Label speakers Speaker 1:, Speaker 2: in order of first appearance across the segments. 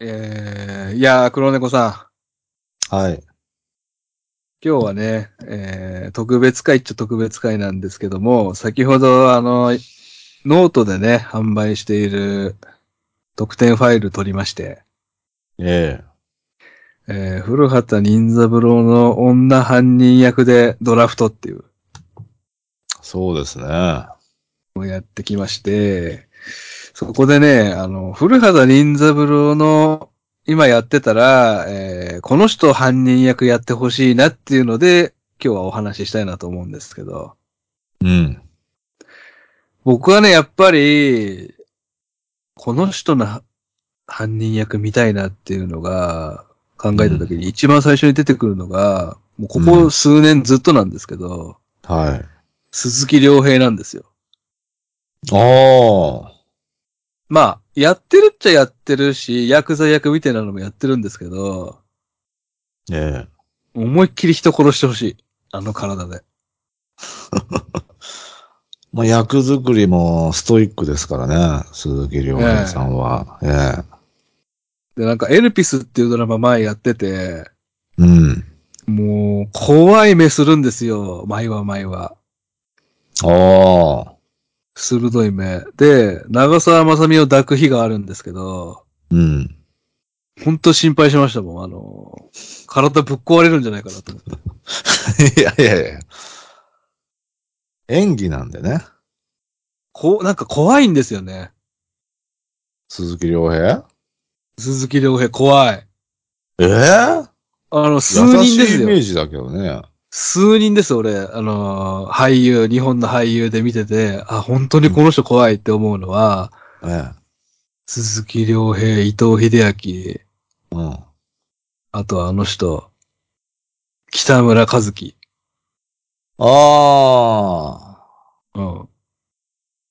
Speaker 1: えー、いやー、黒猫さ
Speaker 2: はい。
Speaker 1: ん、今日はね、えー、特別会っちゃ特別会なんですけども、先ほどあの、ノートでね、販売している特典ファイル取りまして、
Speaker 2: え
Speaker 1: えー、古畑任三郎の女犯人役でドラフトっていう
Speaker 2: えそうですね。は
Speaker 1: のをやってきまして、そこでね、あの、古畑任三郎の今やってたら、えー、この人犯人役やってほしいなっていうので、今日はお話ししたいなと思うんですけど。
Speaker 2: うん。
Speaker 1: 僕はね、やっぱり、この人の犯人役見たいなっていうのが、考えた時に一番最初に出てくるのが、もうここ数年ずっとなんですけど、
Speaker 2: はい。
Speaker 1: 鈴木亮平なんですよ。
Speaker 2: ああ。
Speaker 1: まあ、やってるっちゃやってるし、ヤクザ役みたいなのもやってるんですけど、
Speaker 2: ええ
Speaker 1: 思いっきり人殺してほしい。あの体で。
Speaker 2: まあ、役作りもストイックですからね。鈴木亮平さんは。え
Speaker 1: で、なんか、エルピスっていうドラマ前やってて、
Speaker 2: えうん。
Speaker 1: もう、怖い目するんですよ。前は前は。
Speaker 2: ああ。
Speaker 1: 鋭い目。で、長澤まさみを抱く日があるんですけど、
Speaker 2: うん。
Speaker 1: ほんと心配しましたもん。あの、体ぶっ壊れるんじゃないかなと思って。
Speaker 2: いやいやいや。演技なんでね。
Speaker 1: こう、なんか怖いんですよね。
Speaker 2: 鈴木亮平
Speaker 1: 鈴木亮平怖い。
Speaker 2: ええ
Speaker 1: あの、数
Speaker 2: 優
Speaker 1: 人で
Speaker 2: しい
Speaker 1: す
Speaker 2: イメー
Speaker 1: よ。
Speaker 2: ジだけどね。
Speaker 1: 数人です、俺。あの、俳優、日本の俳優で見てて、あ、本当にこの人怖いって思うのは、
Speaker 2: ええ
Speaker 1: 鈴木亮平、伊藤秀明、
Speaker 2: うん。
Speaker 1: あとはあの人、北村和樹。
Speaker 2: ああ。
Speaker 1: うん。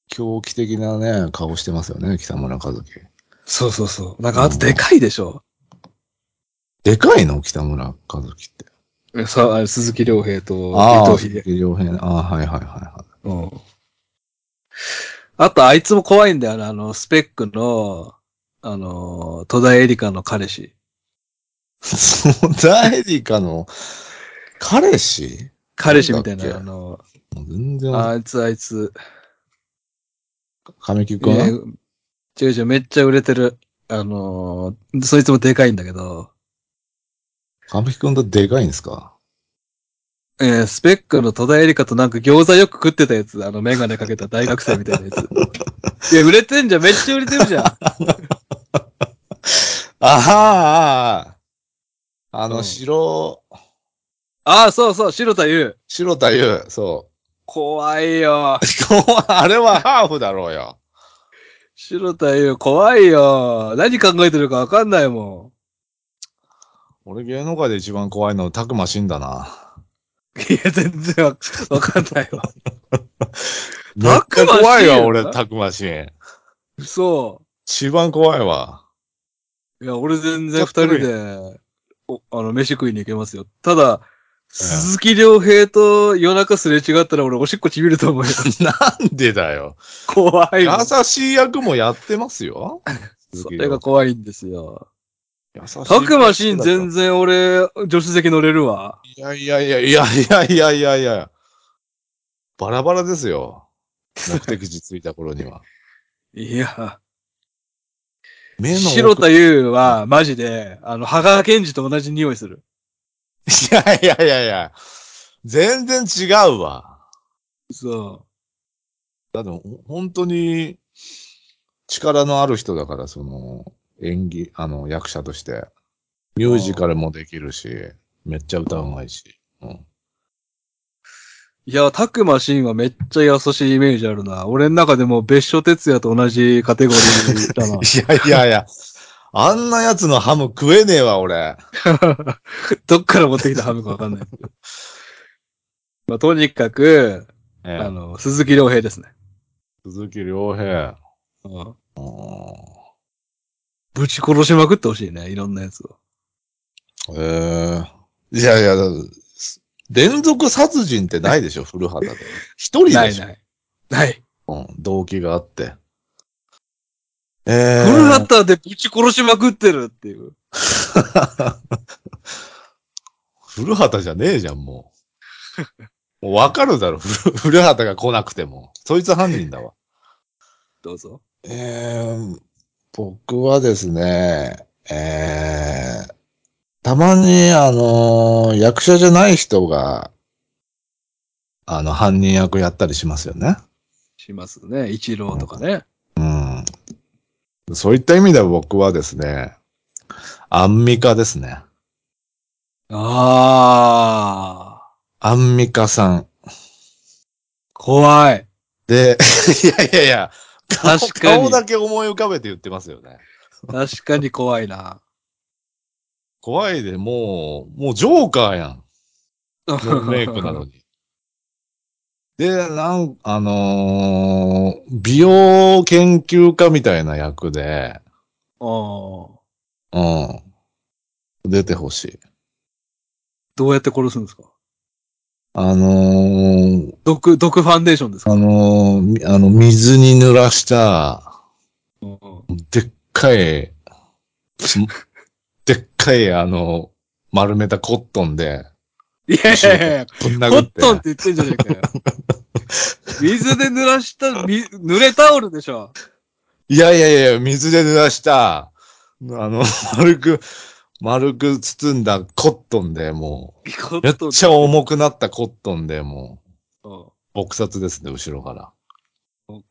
Speaker 2: 狂気的なね、顔してますよね。北村和樹。
Speaker 1: そうそうそう。なんか、あとでかいでしょ。
Speaker 2: でかいの北村和樹って。
Speaker 1: えさあ鈴木亮平と
Speaker 2: あ
Speaker 1: 伊
Speaker 2: あ、
Speaker 1: 藤秀
Speaker 2: 両平ね。ああ、はいはいはい は
Speaker 1: 明。うんあと、あいつも怖いんだよな、あの、スペックの、あの、戸田恵梨香の彼氏。
Speaker 2: い。そう、ダエリカの彼氏
Speaker 1: 彼氏みたいな、
Speaker 2: なんだ
Speaker 1: あ
Speaker 2: っけ
Speaker 1: の、
Speaker 2: もう全然、
Speaker 1: あいつあいつ、
Speaker 2: 神木
Speaker 1: え
Speaker 2: 君
Speaker 1: ーちょいちょいめっちゃ売れてる。あの、そいつもでかいんだけど、
Speaker 2: 神木君とでかいんですか
Speaker 1: えースペックの戸田恵梨香となんか餃子よく食ってたやつ、あの、メガネかけた大学生みたいなや つ。いや、売れてんじゃん、めっちゃ売れてるじゃん。
Speaker 2: ああ、あ
Speaker 1: う
Speaker 2: の、
Speaker 1: ん
Speaker 2: 白、
Speaker 1: ああ、そうそう、白田優。
Speaker 2: 白田優、そ
Speaker 1: 怖いよ。
Speaker 2: う。 あれはハーフだろうよ。
Speaker 1: 白田優、怖いよ。何考えてるかわかんないも
Speaker 2: 俺芸能界で一番怖いの、たくましんだな。
Speaker 1: ん。いや、全然わわかんないわ。
Speaker 2: めっちゃ
Speaker 1: たくましん
Speaker 2: 怖いわ、俺、たくましん。
Speaker 1: そ
Speaker 2: 一番怖いわ。
Speaker 1: う。いや、俺全然二人で、おあの、飯食いに行けますよ。ただ、鈴木亮平と夜中すれ違ったら俺おしっこちびると思うよ。
Speaker 2: なんでだよ。
Speaker 1: 怖いわ。
Speaker 2: 優しい役もやってますよ。
Speaker 1: それが怖いんですよ。
Speaker 2: 優しい
Speaker 1: たくましん全然俺、助手席乗れるわ。
Speaker 2: いやいやいやいやいやいやいやいや。バラバラですよ。目的地着いた頃に は。
Speaker 1: いや、
Speaker 2: 目の奥
Speaker 1: 白田優はマジで、あの、羽川健二と同じ匂いする。
Speaker 2: いやいやいやいや。全然違うわ。
Speaker 1: そ
Speaker 2: だってほ本当に力のある人だから、その演技、あの役者として。ミュージカルもできるし、めっちゃ歌うまいし。うん。
Speaker 1: う。いや、たくましんはめっちゃ優しいイメージあるな。俺の中でも別所哲也と同じカテゴリーだな。
Speaker 2: いやいやいや。あんなやつのハム食えねえわ、俺。
Speaker 1: どっから持ってきたハムかわかんないですけど。まあ、とにかく、
Speaker 2: え
Speaker 1: あの、鈴木亮平ですね。
Speaker 2: 鈴木亮平。
Speaker 1: うん
Speaker 2: うん
Speaker 1: ぶち殺しまくってほしいね。いろんなやつを。
Speaker 2: ええいやいや、だす連続殺人ってないでしょ、古 畑で。一人
Speaker 1: な
Speaker 2: で
Speaker 1: い
Speaker 2: しょ、
Speaker 1: ない。ない。
Speaker 2: うん動機があって。え
Speaker 1: 古畑でぶち殺しまくってるっていう。
Speaker 2: 古畑じゃねえじゃん、もう。もうわかるだろ、古古畑が来なくても。そいつ犯人だわ。
Speaker 1: どうぞ。
Speaker 2: えー、僕はですね、えー、たまに、あのー役者じゃない人が、あの、犯人役やったりしますよね。
Speaker 1: しますね。一郎とかね。
Speaker 2: うん。そういった意味では僕はですね、アンミカですね。
Speaker 1: ああ、
Speaker 2: アンミカさん。
Speaker 1: 怖い。
Speaker 2: で、 いやいやいや、顔
Speaker 1: 確かに
Speaker 2: 顔だけ思い浮かべて言ってますよね。
Speaker 1: 確かに怖いな。
Speaker 2: 怖いで、もう、もうジョーカーやん。メイクなの。に。で、なん、あのー美容研究家みたいな役で、
Speaker 1: ああ。
Speaker 2: うん。出てほしい。
Speaker 1: どうやって殺すんですか
Speaker 2: あのー
Speaker 1: 毒、毒ファンデーションですか
Speaker 2: あのーみあの、水に濡らした、
Speaker 1: うん
Speaker 2: でっ かい、んでっかい、あの、丸めたコットンで、
Speaker 1: いやいやいや、
Speaker 2: ぶん
Speaker 1: コ
Speaker 2: 殴っ
Speaker 1: ッ
Speaker 2: て。
Speaker 1: トンって言ってんじゃねえかよ。水で濡らした、み濡れタオルでしょ。
Speaker 2: いやいやいやいや、水で濡らした、あの、 丸く、丸く包んだコットンでも
Speaker 1: コッ
Speaker 2: う、めっ
Speaker 1: トン
Speaker 2: ちゃ重くなったコットンでも
Speaker 1: うん
Speaker 2: う、撲殺ですね、後ろから。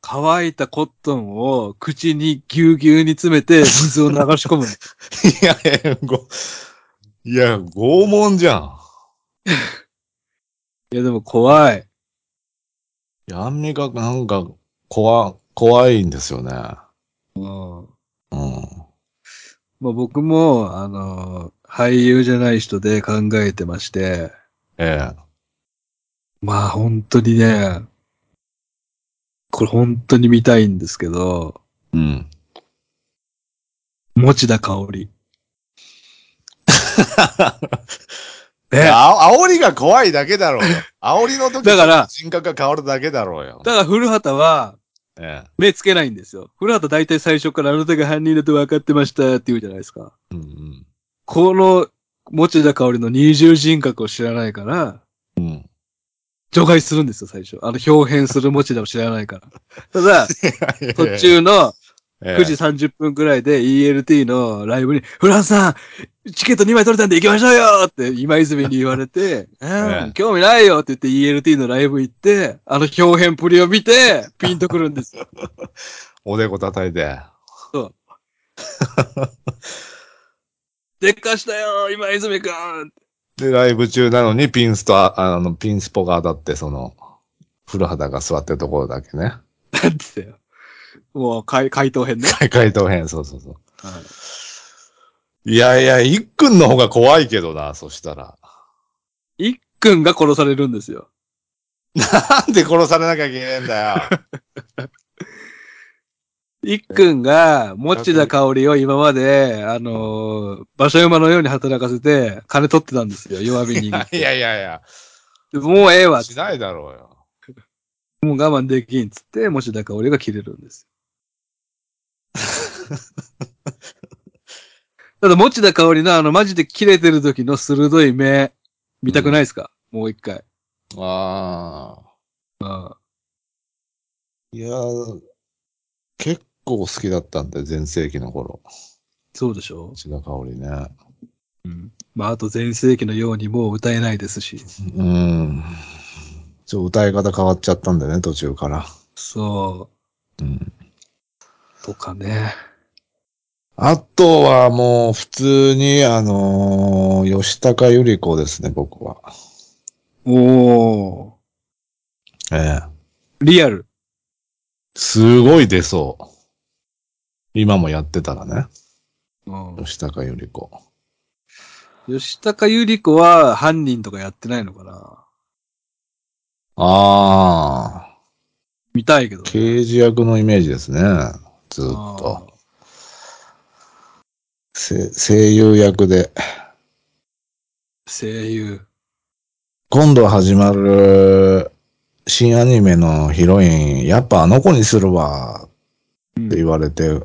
Speaker 1: 乾いたコットンを口にぎゅうぎゅうに詰めて水を流し 込む。
Speaker 2: いやいや、ご、いや、拷問じゃん。
Speaker 1: いやでも怖い。
Speaker 2: いや、アンミカなんか、怖、怖いんですよね。
Speaker 1: うん。
Speaker 2: うん。
Speaker 1: まあ、僕も、あのー俳優じゃない人で考えてまして、
Speaker 2: ええ。
Speaker 1: まあ本当にね、これ本当に見たいんですけど、
Speaker 2: うん。
Speaker 1: 持田香 織。
Speaker 2: い
Speaker 1: ね
Speaker 2: や、あ煽りが怖いだけだろうよ。煽りの時
Speaker 1: だから
Speaker 2: 人格が変わるだけだろうよ。
Speaker 1: だから古畑は
Speaker 2: え
Speaker 1: 目つけないんですよ。古畑大体最初からあの手が犯人だと分かってましたって言うじゃないですか。
Speaker 2: え。うん
Speaker 1: この持田香織の二重人格を知らないから、
Speaker 2: うん。うん。
Speaker 1: 除外するんですよ、最初。あの、表変する持田を知らない から。ただ、途中の
Speaker 2: ええ、
Speaker 1: 9時30分くらいで ELT のライブに、フランスさん、チケット2枚取れたんで行きましょうよって今泉に言われ て、
Speaker 2: え
Speaker 1: うん、興味ないよって言って ELT のライブ行って、あの表変プリを見て、ピンとくるんですよ。
Speaker 2: おでこ叩いて。
Speaker 1: でっかしたよ今泉くん
Speaker 2: で、ライブ中なのにピンスと、ああの、ピンスポが当たって、その、古畑が座ってるところだけね。
Speaker 1: なんてよ。もう、回回答編ね。
Speaker 2: 回答編、そうそうそう。
Speaker 1: はい
Speaker 2: いやいや、いっくんの方が怖いけどな、そしたら。
Speaker 1: いっくんが殺されるんですよ。
Speaker 2: なんで殺されなきゃいけねえんだよ。
Speaker 1: いっくんが、持田香織を今まで、あのー馬車馬のように働かせて、金取ってたんですよ、弱火に。
Speaker 2: いやいやいや、
Speaker 1: でもうええわ、
Speaker 2: しないだろうよ。
Speaker 1: もう我慢できんっつって、持田香織が切れるんです よ。ただ、持田香織のあの、マジで切れてる時の鋭い目、見たくないですか、もう一回。
Speaker 2: ああ。
Speaker 1: うん
Speaker 2: いやー、結構好きだったんで、全盛期の頃。
Speaker 1: そうでしょ
Speaker 2: 内田香織ね。
Speaker 1: うん。まあ、あと前世紀のようにもう歌えないですし。
Speaker 2: うん。ちょ、歌い方変わっちゃったんだよね、途中から。
Speaker 1: そ
Speaker 2: うん。
Speaker 1: う。とかね。
Speaker 2: あとはもう、普通に、あのー吉高由里子ですね、僕は。
Speaker 1: おー。
Speaker 2: ええ。
Speaker 1: リアル。
Speaker 2: すごい出そう。今もやってたらね、
Speaker 1: うん。
Speaker 2: 吉高由里子。
Speaker 1: 吉高由里子は犯人とかやってないのかな
Speaker 2: ああ、
Speaker 1: 見たいけど。
Speaker 2: 刑事役のイメージですね、ずっと。せ声優役で。
Speaker 1: 声優。
Speaker 2: 今度始まる新アニメのヒロイン、やっぱあの子にするわって言われて、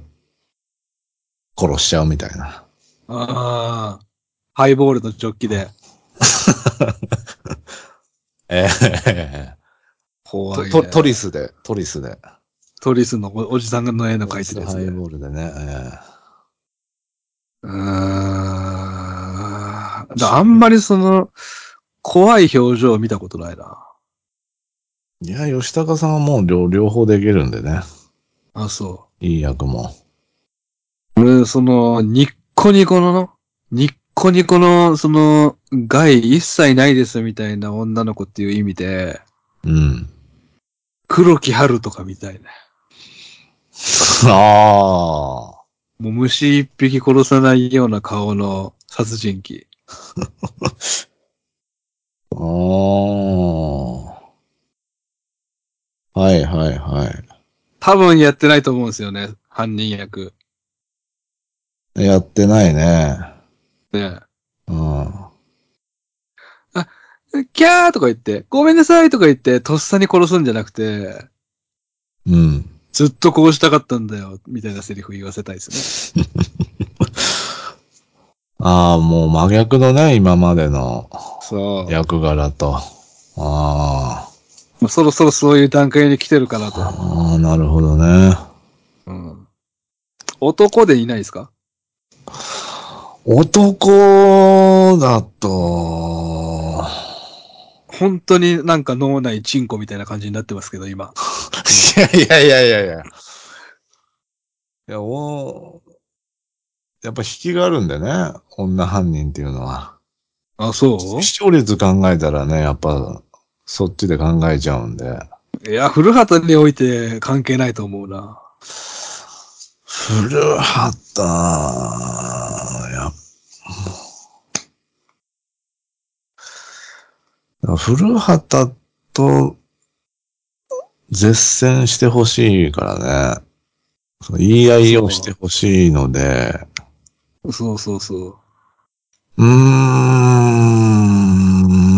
Speaker 2: 殺しちゃうみたいな。
Speaker 1: ああ。ハイボールのジョッキで。
Speaker 2: ええ
Speaker 1: 怖
Speaker 2: と
Speaker 1: い、ね。
Speaker 2: とトリスで、トリスで。
Speaker 1: トリスのおおじさんの絵の描いてるやつ
Speaker 2: ハ
Speaker 1: ね。
Speaker 2: イ
Speaker 1: う
Speaker 2: ボールでね。え
Speaker 1: ーん。だあんまりその、怖い表情を見たことないな。
Speaker 2: えいや、吉高さんはもう両両方できるんでね。
Speaker 1: あ、そ
Speaker 2: いい役も。
Speaker 1: う。俺、その、ニッコニコの、ニッコニコの、その、害一切ないですみたいな女の子っていう意味で、
Speaker 2: うん。
Speaker 1: 黒木春とかみたいな。
Speaker 2: ああ。
Speaker 1: もう虫一匹殺さないような顔の殺人鬼。
Speaker 2: ああ。はいはいはい。
Speaker 1: 多分やってないと思うんですよね。犯人役。
Speaker 2: やってないね。
Speaker 1: ね
Speaker 2: うん。
Speaker 1: キャーとか言って、ごめんなさいとか言って、とっさに殺すんじゃなくて、
Speaker 2: うん。
Speaker 1: ずっとこうしたかったんだよ、みたいなセリフ言わせたいですね。
Speaker 2: ああ、もう真逆のね、今までの
Speaker 1: そう。
Speaker 2: 役柄と。あ
Speaker 1: まあそろそろそういう段階に来てるかな
Speaker 2: あ。
Speaker 1: と。
Speaker 2: ああ、なるほどね。
Speaker 1: うん、男でいないですか
Speaker 2: 男だと、
Speaker 1: 本当になんか脳内チンコみたいな感じになってますけど、今。
Speaker 2: いやいやいやいやいや。いや、お、やっぱ引きがあるんでね、女犯人っていうのは。
Speaker 1: あ、そ
Speaker 2: 視聴率考えたらね、やっぱ、そっちで考えちゃうんで。
Speaker 1: ういや、古畑において関係ないと思うな。
Speaker 2: 古畑、やっぱ、古畑と絶戦してほしいからね。その言い合いをしてほしいので、
Speaker 1: そうそうそう
Speaker 2: ーん、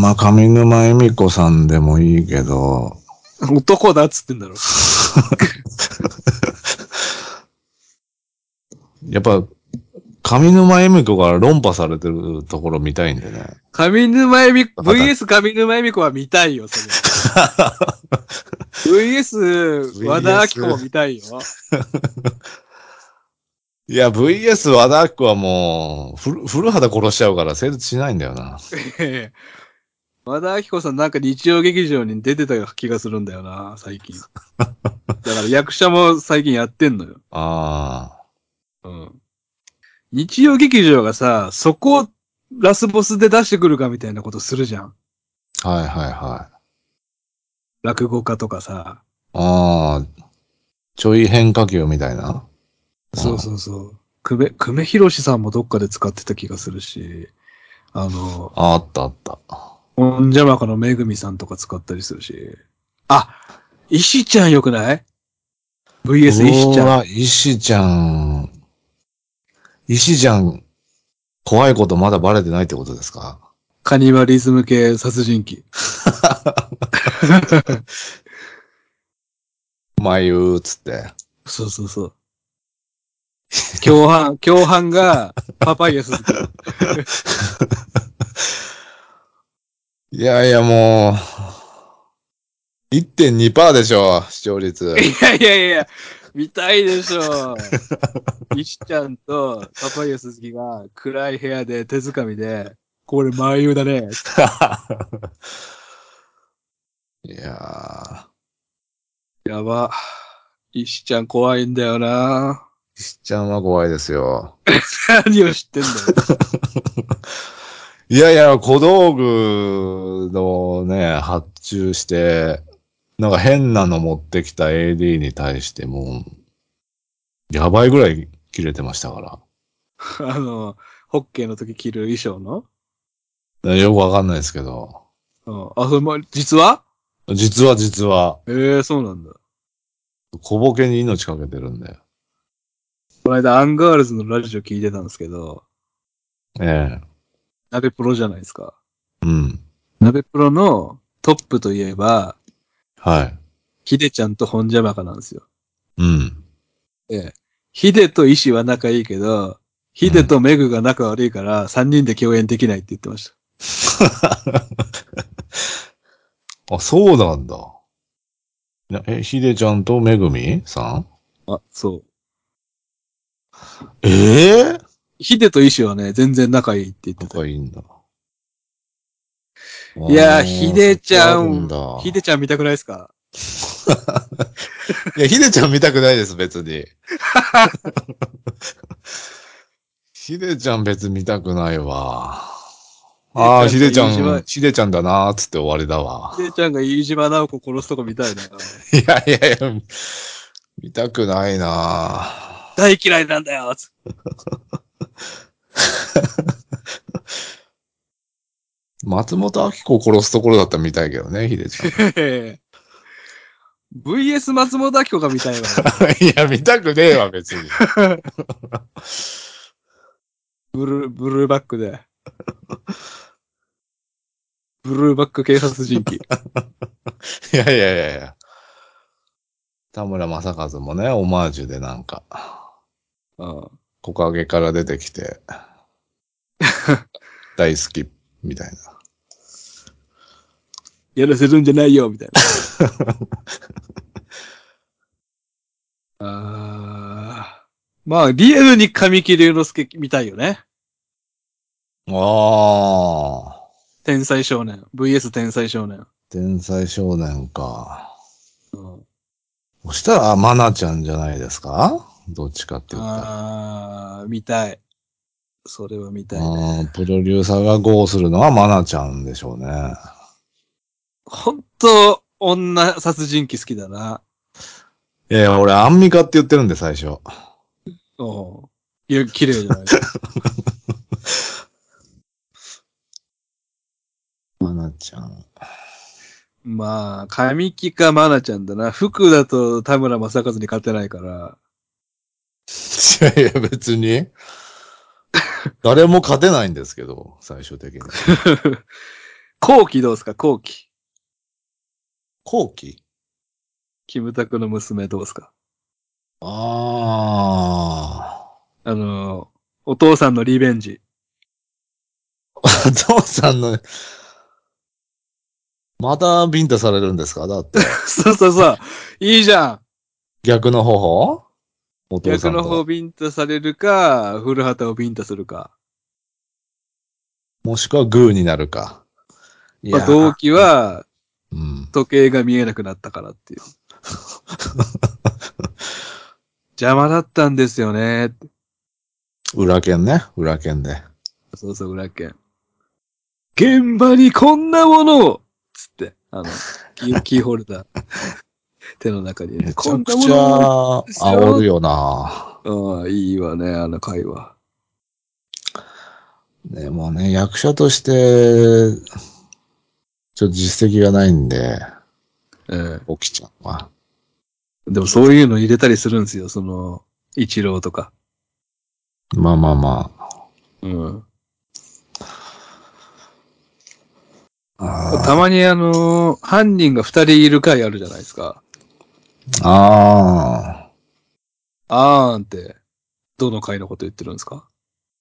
Speaker 2: まあ、上沼恵美子さんでもいいけど、
Speaker 1: う。男だっつってんだろ。
Speaker 2: やっぱ、上沼恵美子が論破されてるところ見たいんでね。
Speaker 1: 上沼恵美、VS 上沼恵美子は見たいよ、それ。VS 和田アキ子も見たいよ。
Speaker 2: いや、VS 和田アキ子はもう、古古畑殺しちゃうから成立しないんだよな。
Speaker 1: ええ和田アキ子さんなんか日曜劇場に出てた気がするんだよな、最近。だから役者も最近やってんのよ。
Speaker 2: あ
Speaker 1: うん。日曜劇場がさ、そこをラスボスで出してくるかみたいなことするじゃん。
Speaker 2: あ。はいはいはい。
Speaker 1: 落語家とかさ。
Speaker 2: ああ。ちょい変化球みたいな。
Speaker 1: そうそうそう。久米、久米博さんもどっかで使ってた気がするし、あの、
Speaker 2: ああったあった。
Speaker 1: オンジャマカのめぐみさんとか使ったりするし。あ、石ちゃんよくない ?VS 石ちゃん。
Speaker 2: ん。石ちゃん。石ちゃん、怖いことまだバレてないってことですか
Speaker 1: カニバリズム系殺人鬼。
Speaker 2: まゆーっつって。
Speaker 1: そうそうそう。共犯、共犯がパパイヤ鈴木。
Speaker 2: いやいや、もう、1.2%でしょ、視聴 率。
Speaker 1: いやいやいや、見たいでしょう。石ちゃんとパパイヤ鈴木が暗い部屋で手づかみで、これ真優だね。
Speaker 2: いや
Speaker 1: やば。石ちゃん怖いんだよな。
Speaker 2: ー、しちゃんは怖いですよ。
Speaker 1: 何を知ってんだ
Speaker 2: いやいや、小道具のね、発注して、なんか変なの持ってきた AD に対してもう、やばいぐらい切れてましたから。
Speaker 1: よ。 あの、ホッケーの時着る衣装の。
Speaker 2: よくわかんないですけど。
Speaker 1: うん、あ、それも、実は
Speaker 2: 実は実は、
Speaker 1: ええそうなんだ。
Speaker 2: 小ボケに命かけてるんで。
Speaker 1: この間、アンガールズのラジオ聞いてたんですけど、
Speaker 2: ええ。
Speaker 1: 鍋プロじゃないですか。
Speaker 2: うん。
Speaker 1: 鍋プロのトップといえば、
Speaker 2: はい。
Speaker 1: ヒデちゃんと本邪魔かなんですよ。
Speaker 2: うん。
Speaker 1: ええ。ヒデとイシは仲いいけど、ヒデとメグが仲悪いから、3人で共演できないって言ってました。
Speaker 2: あ、そうなんだ。なえ、ひでちゃんとめぐみさん
Speaker 1: あ、そう。
Speaker 2: ええ
Speaker 1: ヒデとイシはね、全然仲いいって言ってた。
Speaker 2: 仲いいんだ。
Speaker 1: いやー
Speaker 2: あ
Speaker 1: ひでちゃん
Speaker 2: そこあるだ
Speaker 1: ヒデちゃん見たくないですか
Speaker 2: いや、ひでちゃん見たくないです、別 に。ひでちゃん別に見たくないわ。ああ、ひ
Speaker 1: ひ
Speaker 2: で
Speaker 1: で
Speaker 2: ち
Speaker 1: ち
Speaker 2: ゃ
Speaker 1: ゃんと飯
Speaker 2: ん
Speaker 1: 島、
Speaker 2: ひでちゃんだなーっつって終わりだわ。
Speaker 1: ヒデちゃんが飯島直子殺すとこ見たいな。
Speaker 2: いやいやいや、見たくないなー
Speaker 1: 大嫌いなんだよつって
Speaker 2: 松本明子を殺すところだったら見たいけどね、ひでちゃん。
Speaker 1: ええ VS 松本明子が見たいわ。
Speaker 2: いや、見たくねえわ、別に。
Speaker 1: ブルー、ブルーバックで。ブルーバック警察人 気。
Speaker 2: いやいやいやいや。田村正和もね、オマージュでなんか、
Speaker 1: うん
Speaker 2: 木陰から出てき て、大好き、みたいな。
Speaker 1: やらせるんじゃないよ、みたいな。 あーまあ、リアルに神木隆之介見たいよね。
Speaker 2: ああ、
Speaker 1: 天才少年。VS 天才少年。
Speaker 2: 天才少年か。
Speaker 1: うん
Speaker 2: そしたら、マナちゃんじゃないですかどっちかって言ったら。
Speaker 1: ああ、見たい。それは見たい。
Speaker 2: あープロデューサーがゴーするのはマナちゃんでしょうね。
Speaker 1: 本当女殺人鬼好きだな。
Speaker 2: えー、俺、アンミカって言ってるんで、最初。
Speaker 1: おういや、綺麗じゃないですか。
Speaker 2: マナちゃん。
Speaker 1: まあ、神木か愛菜ちゃんだな。服だと田村正和に勝てないから。
Speaker 2: いやいや、別に。誰も勝てないんですけど、最終的に。
Speaker 1: 後期どうですか後期。
Speaker 2: 後期
Speaker 1: キムタクの娘どうですか
Speaker 2: あ
Speaker 1: あの、お父さんのリベンジ。
Speaker 2: あ。 お父さんの、またビンタされるんですかだって。
Speaker 1: そうそうそう。いいじゃん。
Speaker 2: 逆の方法お父さ
Speaker 1: 逆
Speaker 2: んと
Speaker 1: の方ビンタされるか、古畑をビンタするか。
Speaker 2: もしくはグーになるか。い
Speaker 1: まあ、動機は、
Speaker 2: うん。
Speaker 1: 時計が見えなくなったからっていう。 邪魔だったんですよね。
Speaker 2: 裏剣ね。裏剣で。
Speaker 1: そうそう、裏剣。現場にこんなものをつって、あの、キ ーキーホルダー。手の中に
Speaker 2: め
Speaker 1: ね。
Speaker 2: ちゃく
Speaker 1: こん
Speaker 2: ち
Speaker 1: なものを
Speaker 2: ゃ煽るよな。
Speaker 1: ああ、いいわね、あの会話。
Speaker 2: でもね、役者として、ちょっと実績がないんで、
Speaker 1: ええ
Speaker 2: 起きちゃうわ。
Speaker 1: でもそういうの入れたりするんですよ、その、一郎とか。
Speaker 2: まあまあま
Speaker 1: うん。
Speaker 2: あ。あ
Speaker 1: たまにあのー犯人が二人いる回あるじゃないですか。
Speaker 2: ーあ
Speaker 1: あーんって、どの回のこと言ってるんですか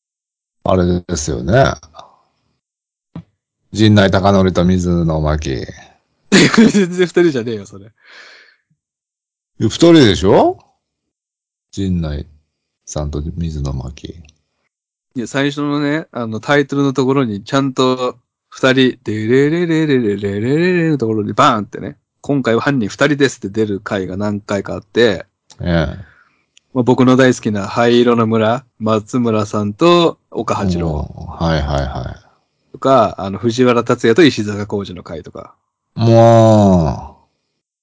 Speaker 2: ー、あれですよね。陣内隆則と水野真紀。
Speaker 1: 全然二人じゃねえよ、それ。
Speaker 2: 二人でしょ陣内さんと水野真紀。
Speaker 1: いや、最初のね、あの、タイトルのところに、ちゃんと、二人、でれれれれれれれれれのところに、バーンってね、今回は犯人二人ですって出る回が何回かあって、
Speaker 2: え
Speaker 1: まあ、僕の大好きな灰色の村、松村さんと岡
Speaker 2: え。
Speaker 1: 八郎
Speaker 2: もうはいはいは
Speaker 1: とか、あの、藤原達也と石坂浩二の回とか、
Speaker 2: い。も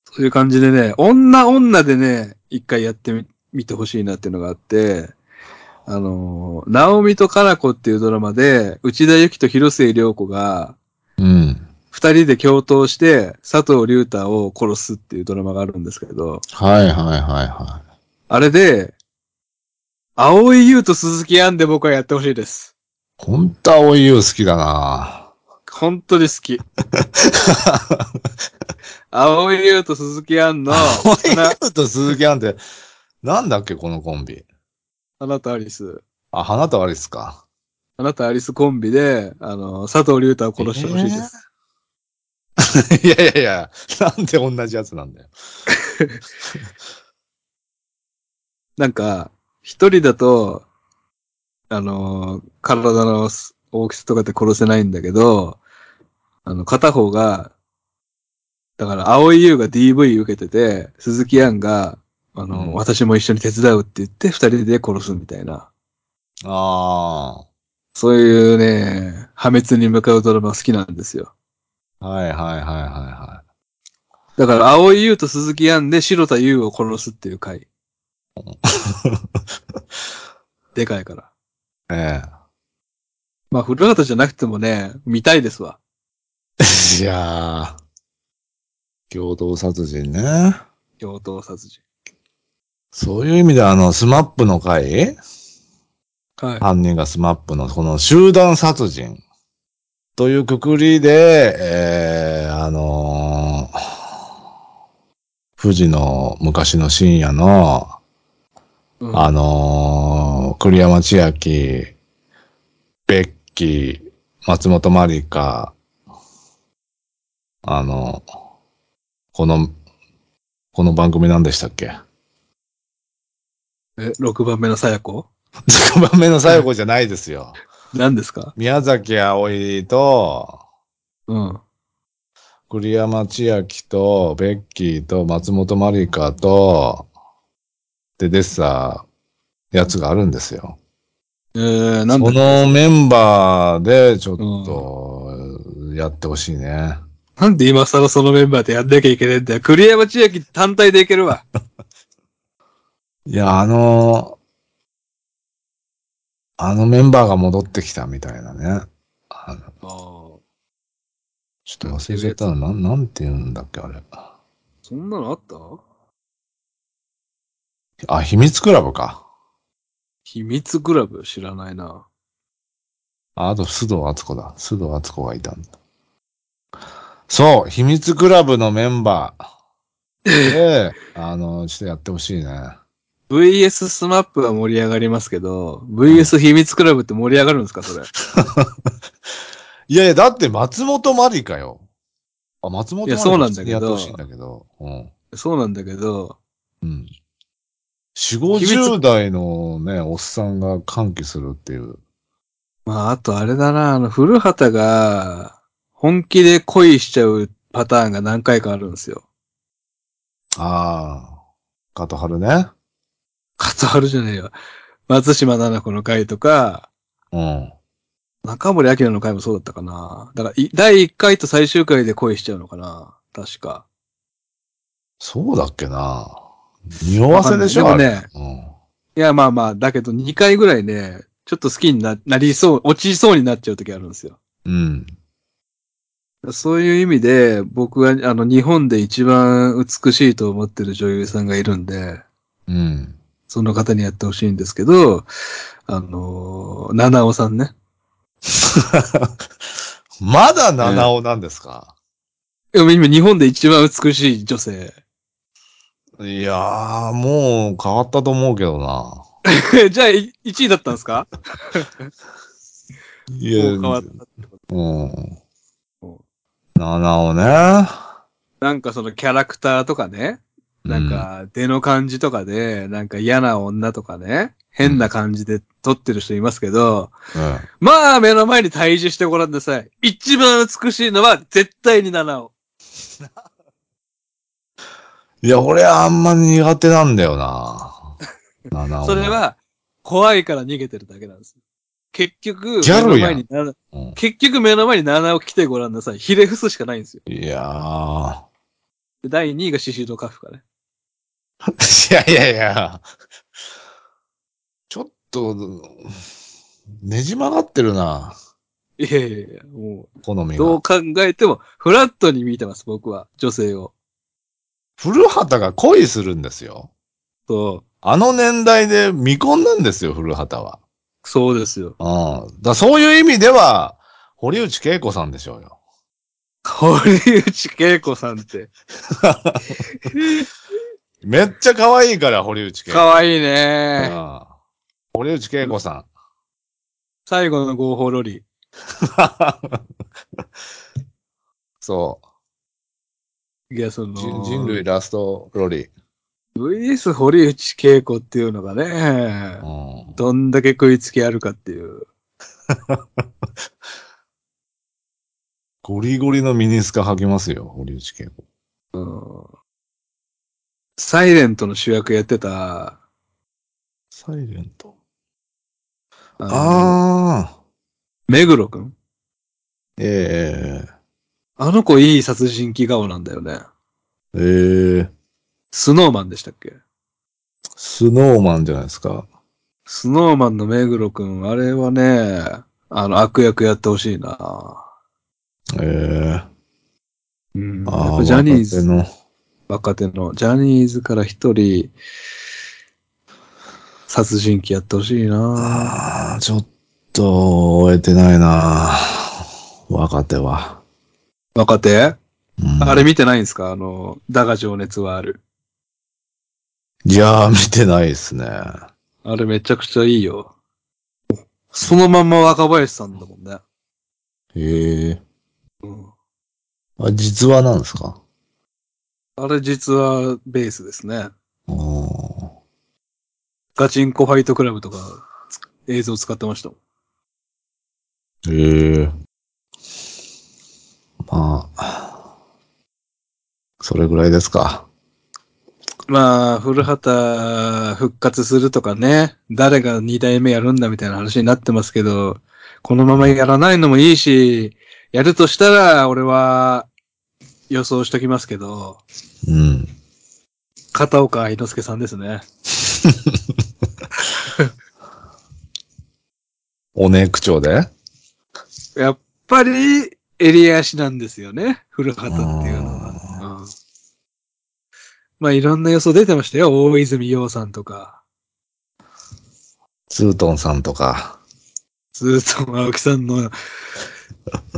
Speaker 1: そういう感じでね、女女でね、一回やってみ、見てほしいなっていうのがあって、あのー、ナオミとカナコっていうドラマで、内田有紀と広末涼子が、
Speaker 2: う、うん。
Speaker 1: 二人で共闘して、佐藤隆太を殺すっていうドラマがあるんですけど、
Speaker 2: はいはいはいは
Speaker 1: あれで、青井優と鈴木杏で僕はやってほしいです。
Speaker 2: い。ほんと青い優好きだ な。
Speaker 1: 本当に好き。青 井優と鈴木杏の、
Speaker 2: 青い優と鈴木杏って、なんだっけこのコンビ。
Speaker 1: あなたアリス。
Speaker 2: あ、花とアリスか。
Speaker 1: あなたアリスコンビで、あの、佐藤隆太を殺してほしいです。
Speaker 2: いやいやいや、なんで同じやつなんだよ。
Speaker 1: なんか、一人だと、あのー、体のす大きさとかって殺せないんだけど、あの、片方が、だから、青井優が DV 受けてて、鈴木杏が、あの、
Speaker 2: うん
Speaker 1: 私も一緒に手伝うって言って、二人で殺すみたいな。
Speaker 2: あ
Speaker 1: そういうね、破滅に向かうドラマ好きなんですよ。
Speaker 2: あ。はいはいはいはいは
Speaker 1: だから、青井優と鈴木杏で白田優を殺すっていう 回。でかいから。
Speaker 2: い。え
Speaker 1: まあ、古畑じゃなくてもね、見たいですわ。
Speaker 2: え。 いやー。共同殺人ね。
Speaker 1: 共闘殺人。
Speaker 2: そういう意味ではあの、スマップの回
Speaker 1: はい。
Speaker 2: 犯人がスマップのこの集団殺人というくくりで、えー、あのー、富士の昔の深夜の、
Speaker 1: うん
Speaker 2: あのー、栗山千明、ベッキー、松本まりか、あの、この、この番組何でしたっけ
Speaker 1: え、6番目のさやこ
Speaker 2: ?5 番目の最後じゃないですよ。
Speaker 1: 何ですか
Speaker 2: 宮崎葵と、
Speaker 1: うん。
Speaker 2: 栗山千明と、ベッキーと、松本まりかと、で、デッサー、やつがあるんですよ。
Speaker 1: えー、なんだ
Speaker 2: このメンバーで、ちょっと、やってほしいね。
Speaker 1: なんで今更そのメンバーでやんなきゃいけないんだよ。栗山千明単体でいけるわ。
Speaker 2: いや、あの、あのメンバーが戻ってきたみたいなね。あの
Speaker 1: あ
Speaker 2: ちょっと忘れちゃったな。なんなんて言うんだっけ、あれ。
Speaker 1: そんなのあった
Speaker 2: あ、秘密クラブか。
Speaker 1: 秘密クラブ知らないな。
Speaker 2: ああと、須藤敦子だ。須藤敦子がいたんだ。そう、秘密クラブのメンバー。で、あの、ちょっとやってほしいね。
Speaker 1: VS スマップは盛り上がりますけど、VS 秘密クラブって盛り上がるんですかそれ。
Speaker 2: いやいや、だって松本まりかよ。あ、松本まりか
Speaker 1: いやそうなんだけど
Speaker 2: 普通にやってほしいんだけど。うん。
Speaker 1: そうなんだけど、
Speaker 2: うん。四五
Speaker 1: 秘密
Speaker 2: 十代のね、おっさんが歓喜するっていう。
Speaker 1: まあ、あとあれだな、あの、古畑が本気で恋しちゃうパターンが何回かあるんですよ。
Speaker 2: ああ。加藤春ね。
Speaker 1: カツハルじゃねえよ。松島奈々子の回とか、
Speaker 2: うん。
Speaker 1: 中森明菜の回もそうだったかな。だからい、第1回と最終回で恋しちゃうのかな。確か。
Speaker 2: そうだっけな。匂わせでしょ
Speaker 1: わかんないでもね、
Speaker 2: あれうん。
Speaker 1: いや、まあまあ、だけど2回ぐらいね、ちょっと好きにななりそう、落ちそうになっちゃう時あるんですよ。
Speaker 2: うん。
Speaker 1: そういう意味で、僕は、あの、日本で一番美しいと思ってる女優さんがいるんで、
Speaker 2: うん。
Speaker 1: その方にやってほしいんですけど、あのー、七尾さんね。
Speaker 2: まだ七尾なんですか、
Speaker 1: いや今、日本で一番美しい女性。
Speaker 2: いやー、もう変わったと思うけどな。
Speaker 1: じゃあ、1位だったんですか
Speaker 2: い
Speaker 1: もう
Speaker 2: や、
Speaker 1: 変わったってこ
Speaker 2: うん。
Speaker 1: と。
Speaker 2: 七尾ね。
Speaker 1: なんかそのキャラクターとかね、なんか出の感じとかで、なんか嫌な女とかね、変な感じで撮ってる人いますけど、
Speaker 2: うん、うん
Speaker 1: まあ目の前に対峙してごらんなさい。一番美しいのは絶対に七尾。
Speaker 2: いや、俺あんま苦手なんだよな。七尾
Speaker 1: それ、は怖いから逃げてるだけなんです。結局、
Speaker 2: ギャル
Speaker 1: 目の
Speaker 2: やん
Speaker 1: 前に七尾
Speaker 2: うん
Speaker 1: 結局目の前に七尾来てごらんなさい。ひれ伏すしかないんですよ。
Speaker 2: いやー。
Speaker 1: で第2位がシシドカフカね。
Speaker 2: い やいやいや。ちょっと、ねじ曲がってるな。
Speaker 1: いやいやいや、も
Speaker 2: 好
Speaker 1: う、
Speaker 2: み
Speaker 1: ど
Speaker 2: が
Speaker 1: う。考えても、フラットに見てます、僕は。女性を。
Speaker 2: 古畑が恋するんですよ。
Speaker 1: そう。
Speaker 2: あの年代で未婚なんですよ、古畑は。
Speaker 1: そうですよ。
Speaker 2: うん。だそういう意味では、堀内恵子さんでしょうよ。
Speaker 1: 堀内恵子さんって。
Speaker 2: めっちゃ可愛いから、堀内恵子。
Speaker 1: かわいいね。
Speaker 2: うん堀内恵子さ
Speaker 1: 最後の合法ロリ。
Speaker 2: ん。 そ
Speaker 1: いや、その
Speaker 2: う。人人類。ラストロリ。
Speaker 1: VS 堀内恵子っていうのがね
Speaker 2: う、ん。
Speaker 1: どんだけ食いつきあるかっていう。
Speaker 2: ゴリゴリのミニスカ履きますよ、堀内恵子。
Speaker 1: うんサイレントの主役やってた、
Speaker 2: サイレント。
Speaker 1: あの
Speaker 2: ああ。
Speaker 1: 目黒くん。
Speaker 2: え
Speaker 1: あの子いい殺人鬼顔なんだよね。
Speaker 2: えええ
Speaker 1: スノーマンでしたっけ
Speaker 2: スノーマンじゃないですか。
Speaker 1: スノーマンの目黒くん、あれはね、あの、悪役やってほしいな。
Speaker 2: え
Speaker 1: う
Speaker 2: え
Speaker 1: ん。や
Speaker 2: あ
Speaker 1: っ
Speaker 2: あ、
Speaker 1: ぱジャニーズ、
Speaker 2: 若
Speaker 1: 若手の、ジャニーズから一人、殺人鬼やってほしい
Speaker 2: 手の
Speaker 1: な。
Speaker 2: ああ、ちょっと、終えてないな。若手は。
Speaker 1: 若手
Speaker 2: うん
Speaker 1: あれ見てないんですかあの、だが情熱はある。
Speaker 2: いやー、見てないですね。
Speaker 1: あれめちゃくちゃいいよ。そのまんま若林さんだもんね。
Speaker 2: ええ
Speaker 1: うん、
Speaker 2: あ、実話なんですか
Speaker 1: あれ実はベースですね。
Speaker 2: あー
Speaker 1: ガチンコファイトクラブとかつ映像使ってましたもん。
Speaker 2: ええまあ、それぐらいですか。
Speaker 1: まあ、古畑復活するとかね、誰が2代目やるんだみたいな話になってますけど、このままやらないのもいいし、やるとしたら俺は予想しときますけど、
Speaker 2: うん。
Speaker 1: 片岡愛之助さんですね。
Speaker 2: おね口調で
Speaker 1: やっぱり、襟足なんですよね。古畑っていうのは。うんまあ、いろんな予想出てましたよ。大泉洋さんとか、
Speaker 2: ツートンさんとか。
Speaker 1: ずっと青木さんの、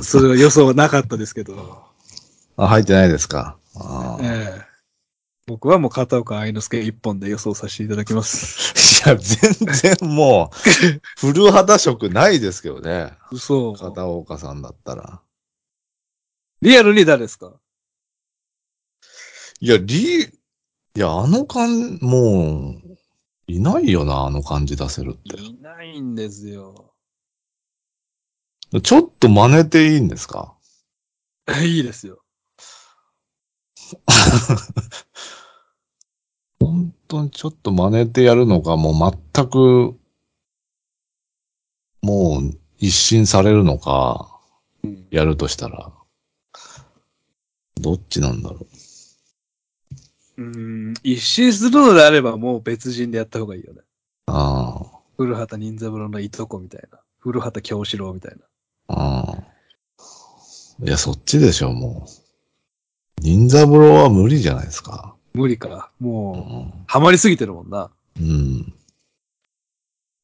Speaker 1: それは予想はなかったですけど、
Speaker 2: あ、入ってないですか。あ
Speaker 1: え
Speaker 2: ー
Speaker 1: え僕はもう片岡愛之助一本で予想させていただきます。
Speaker 2: いや、全然も う、古肌色ないですけどね。
Speaker 1: 嘘。
Speaker 2: 片岡さんだったら。
Speaker 1: リアルに誰ですか
Speaker 2: いや、リいや、あの感、もう、いないよな、あの感じ出せるって。
Speaker 1: いないんですよ。
Speaker 2: ちょっと真似ていいんですか
Speaker 1: いいですよ。
Speaker 2: 本当にちょっと真似てやるのか、もう全く、もう一新されるのか、やるとしたら。どっちなんだろ
Speaker 1: うん、一新するのであればもう別人でやった方がいいよね。
Speaker 2: う。あ
Speaker 1: 古畑任三郎のいとこみたいな。古畑京志郎みたいな。
Speaker 2: あ、ああ。いや、そっちでしょ、もう。忍三郎は無理じゃないですか。
Speaker 1: 無理か。
Speaker 2: う
Speaker 1: もう、
Speaker 2: ん。
Speaker 1: ハマりすぎてるもんな。
Speaker 2: うん。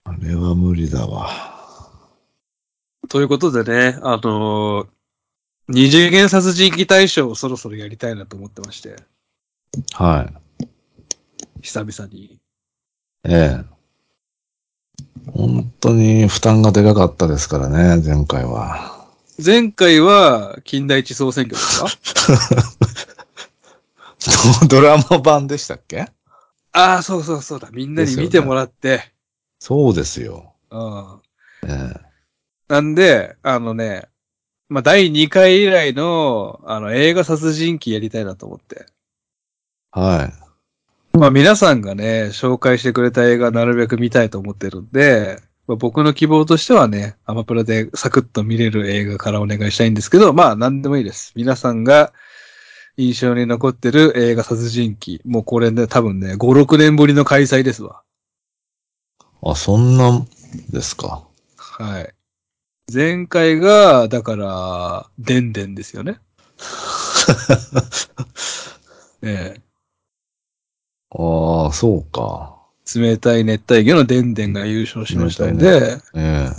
Speaker 2: あれは無理だわ。
Speaker 1: ということでね、あのー二次元殺人鬼大賞をそろそろやりたいなと思ってまして、
Speaker 2: はい。
Speaker 1: 久々に。
Speaker 2: ええ。本当に負担がでかかったですからね、前回は。
Speaker 1: 前回は、近代一総選挙ですか
Speaker 2: ドラマ版でしたっけ
Speaker 1: ああ、そうそうそうだ。みんなに見てもらって。
Speaker 2: そうですよ。
Speaker 1: うん。
Speaker 2: ええ
Speaker 1: なんで、あのね、まあ、第2回以来の、あの、映画殺人鬼やりたいなと思って。
Speaker 2: はい。
Speaker 1: まあ皆さんがね、紹介してくれた映画なるべく見たいと思ってるんで、まあ、僕の希望としてはね、アマプラでサクッと見れる映画からお願いしたいんですけど、まあ何でもいいです。皆さんが印象に残ってる映画殺人鬼。もうこれね、多分ね、5、6年ぶりの開催ですわ。
Speaker 2: あ、そんなんですか。
Speaker 1: はい。前回が、だから、でんでんです よね。ええ
Speaker 2: ああ、そうか。
Speaker 1: 冷たい熱帯魚のでんでんが優勝しましたん
Speaker 2: 冷
Speaker 1: で、
Speaker 2: え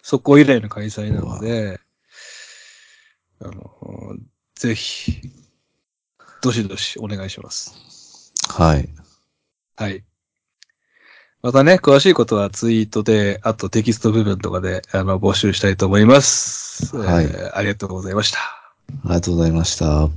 Speaker 1: そこ以来の開催なので、あの、ぜひ、どしどしお願いします。
Speaker 2: えはい。
Speaker 1: はい。またね、詳しいことはツイートで、あとテキスト部分とかで、あの、募集したいと思います。
Speaker 2: はい
Speaker 1: えーありがとうございました。
Speaker 2: ありがとうございました。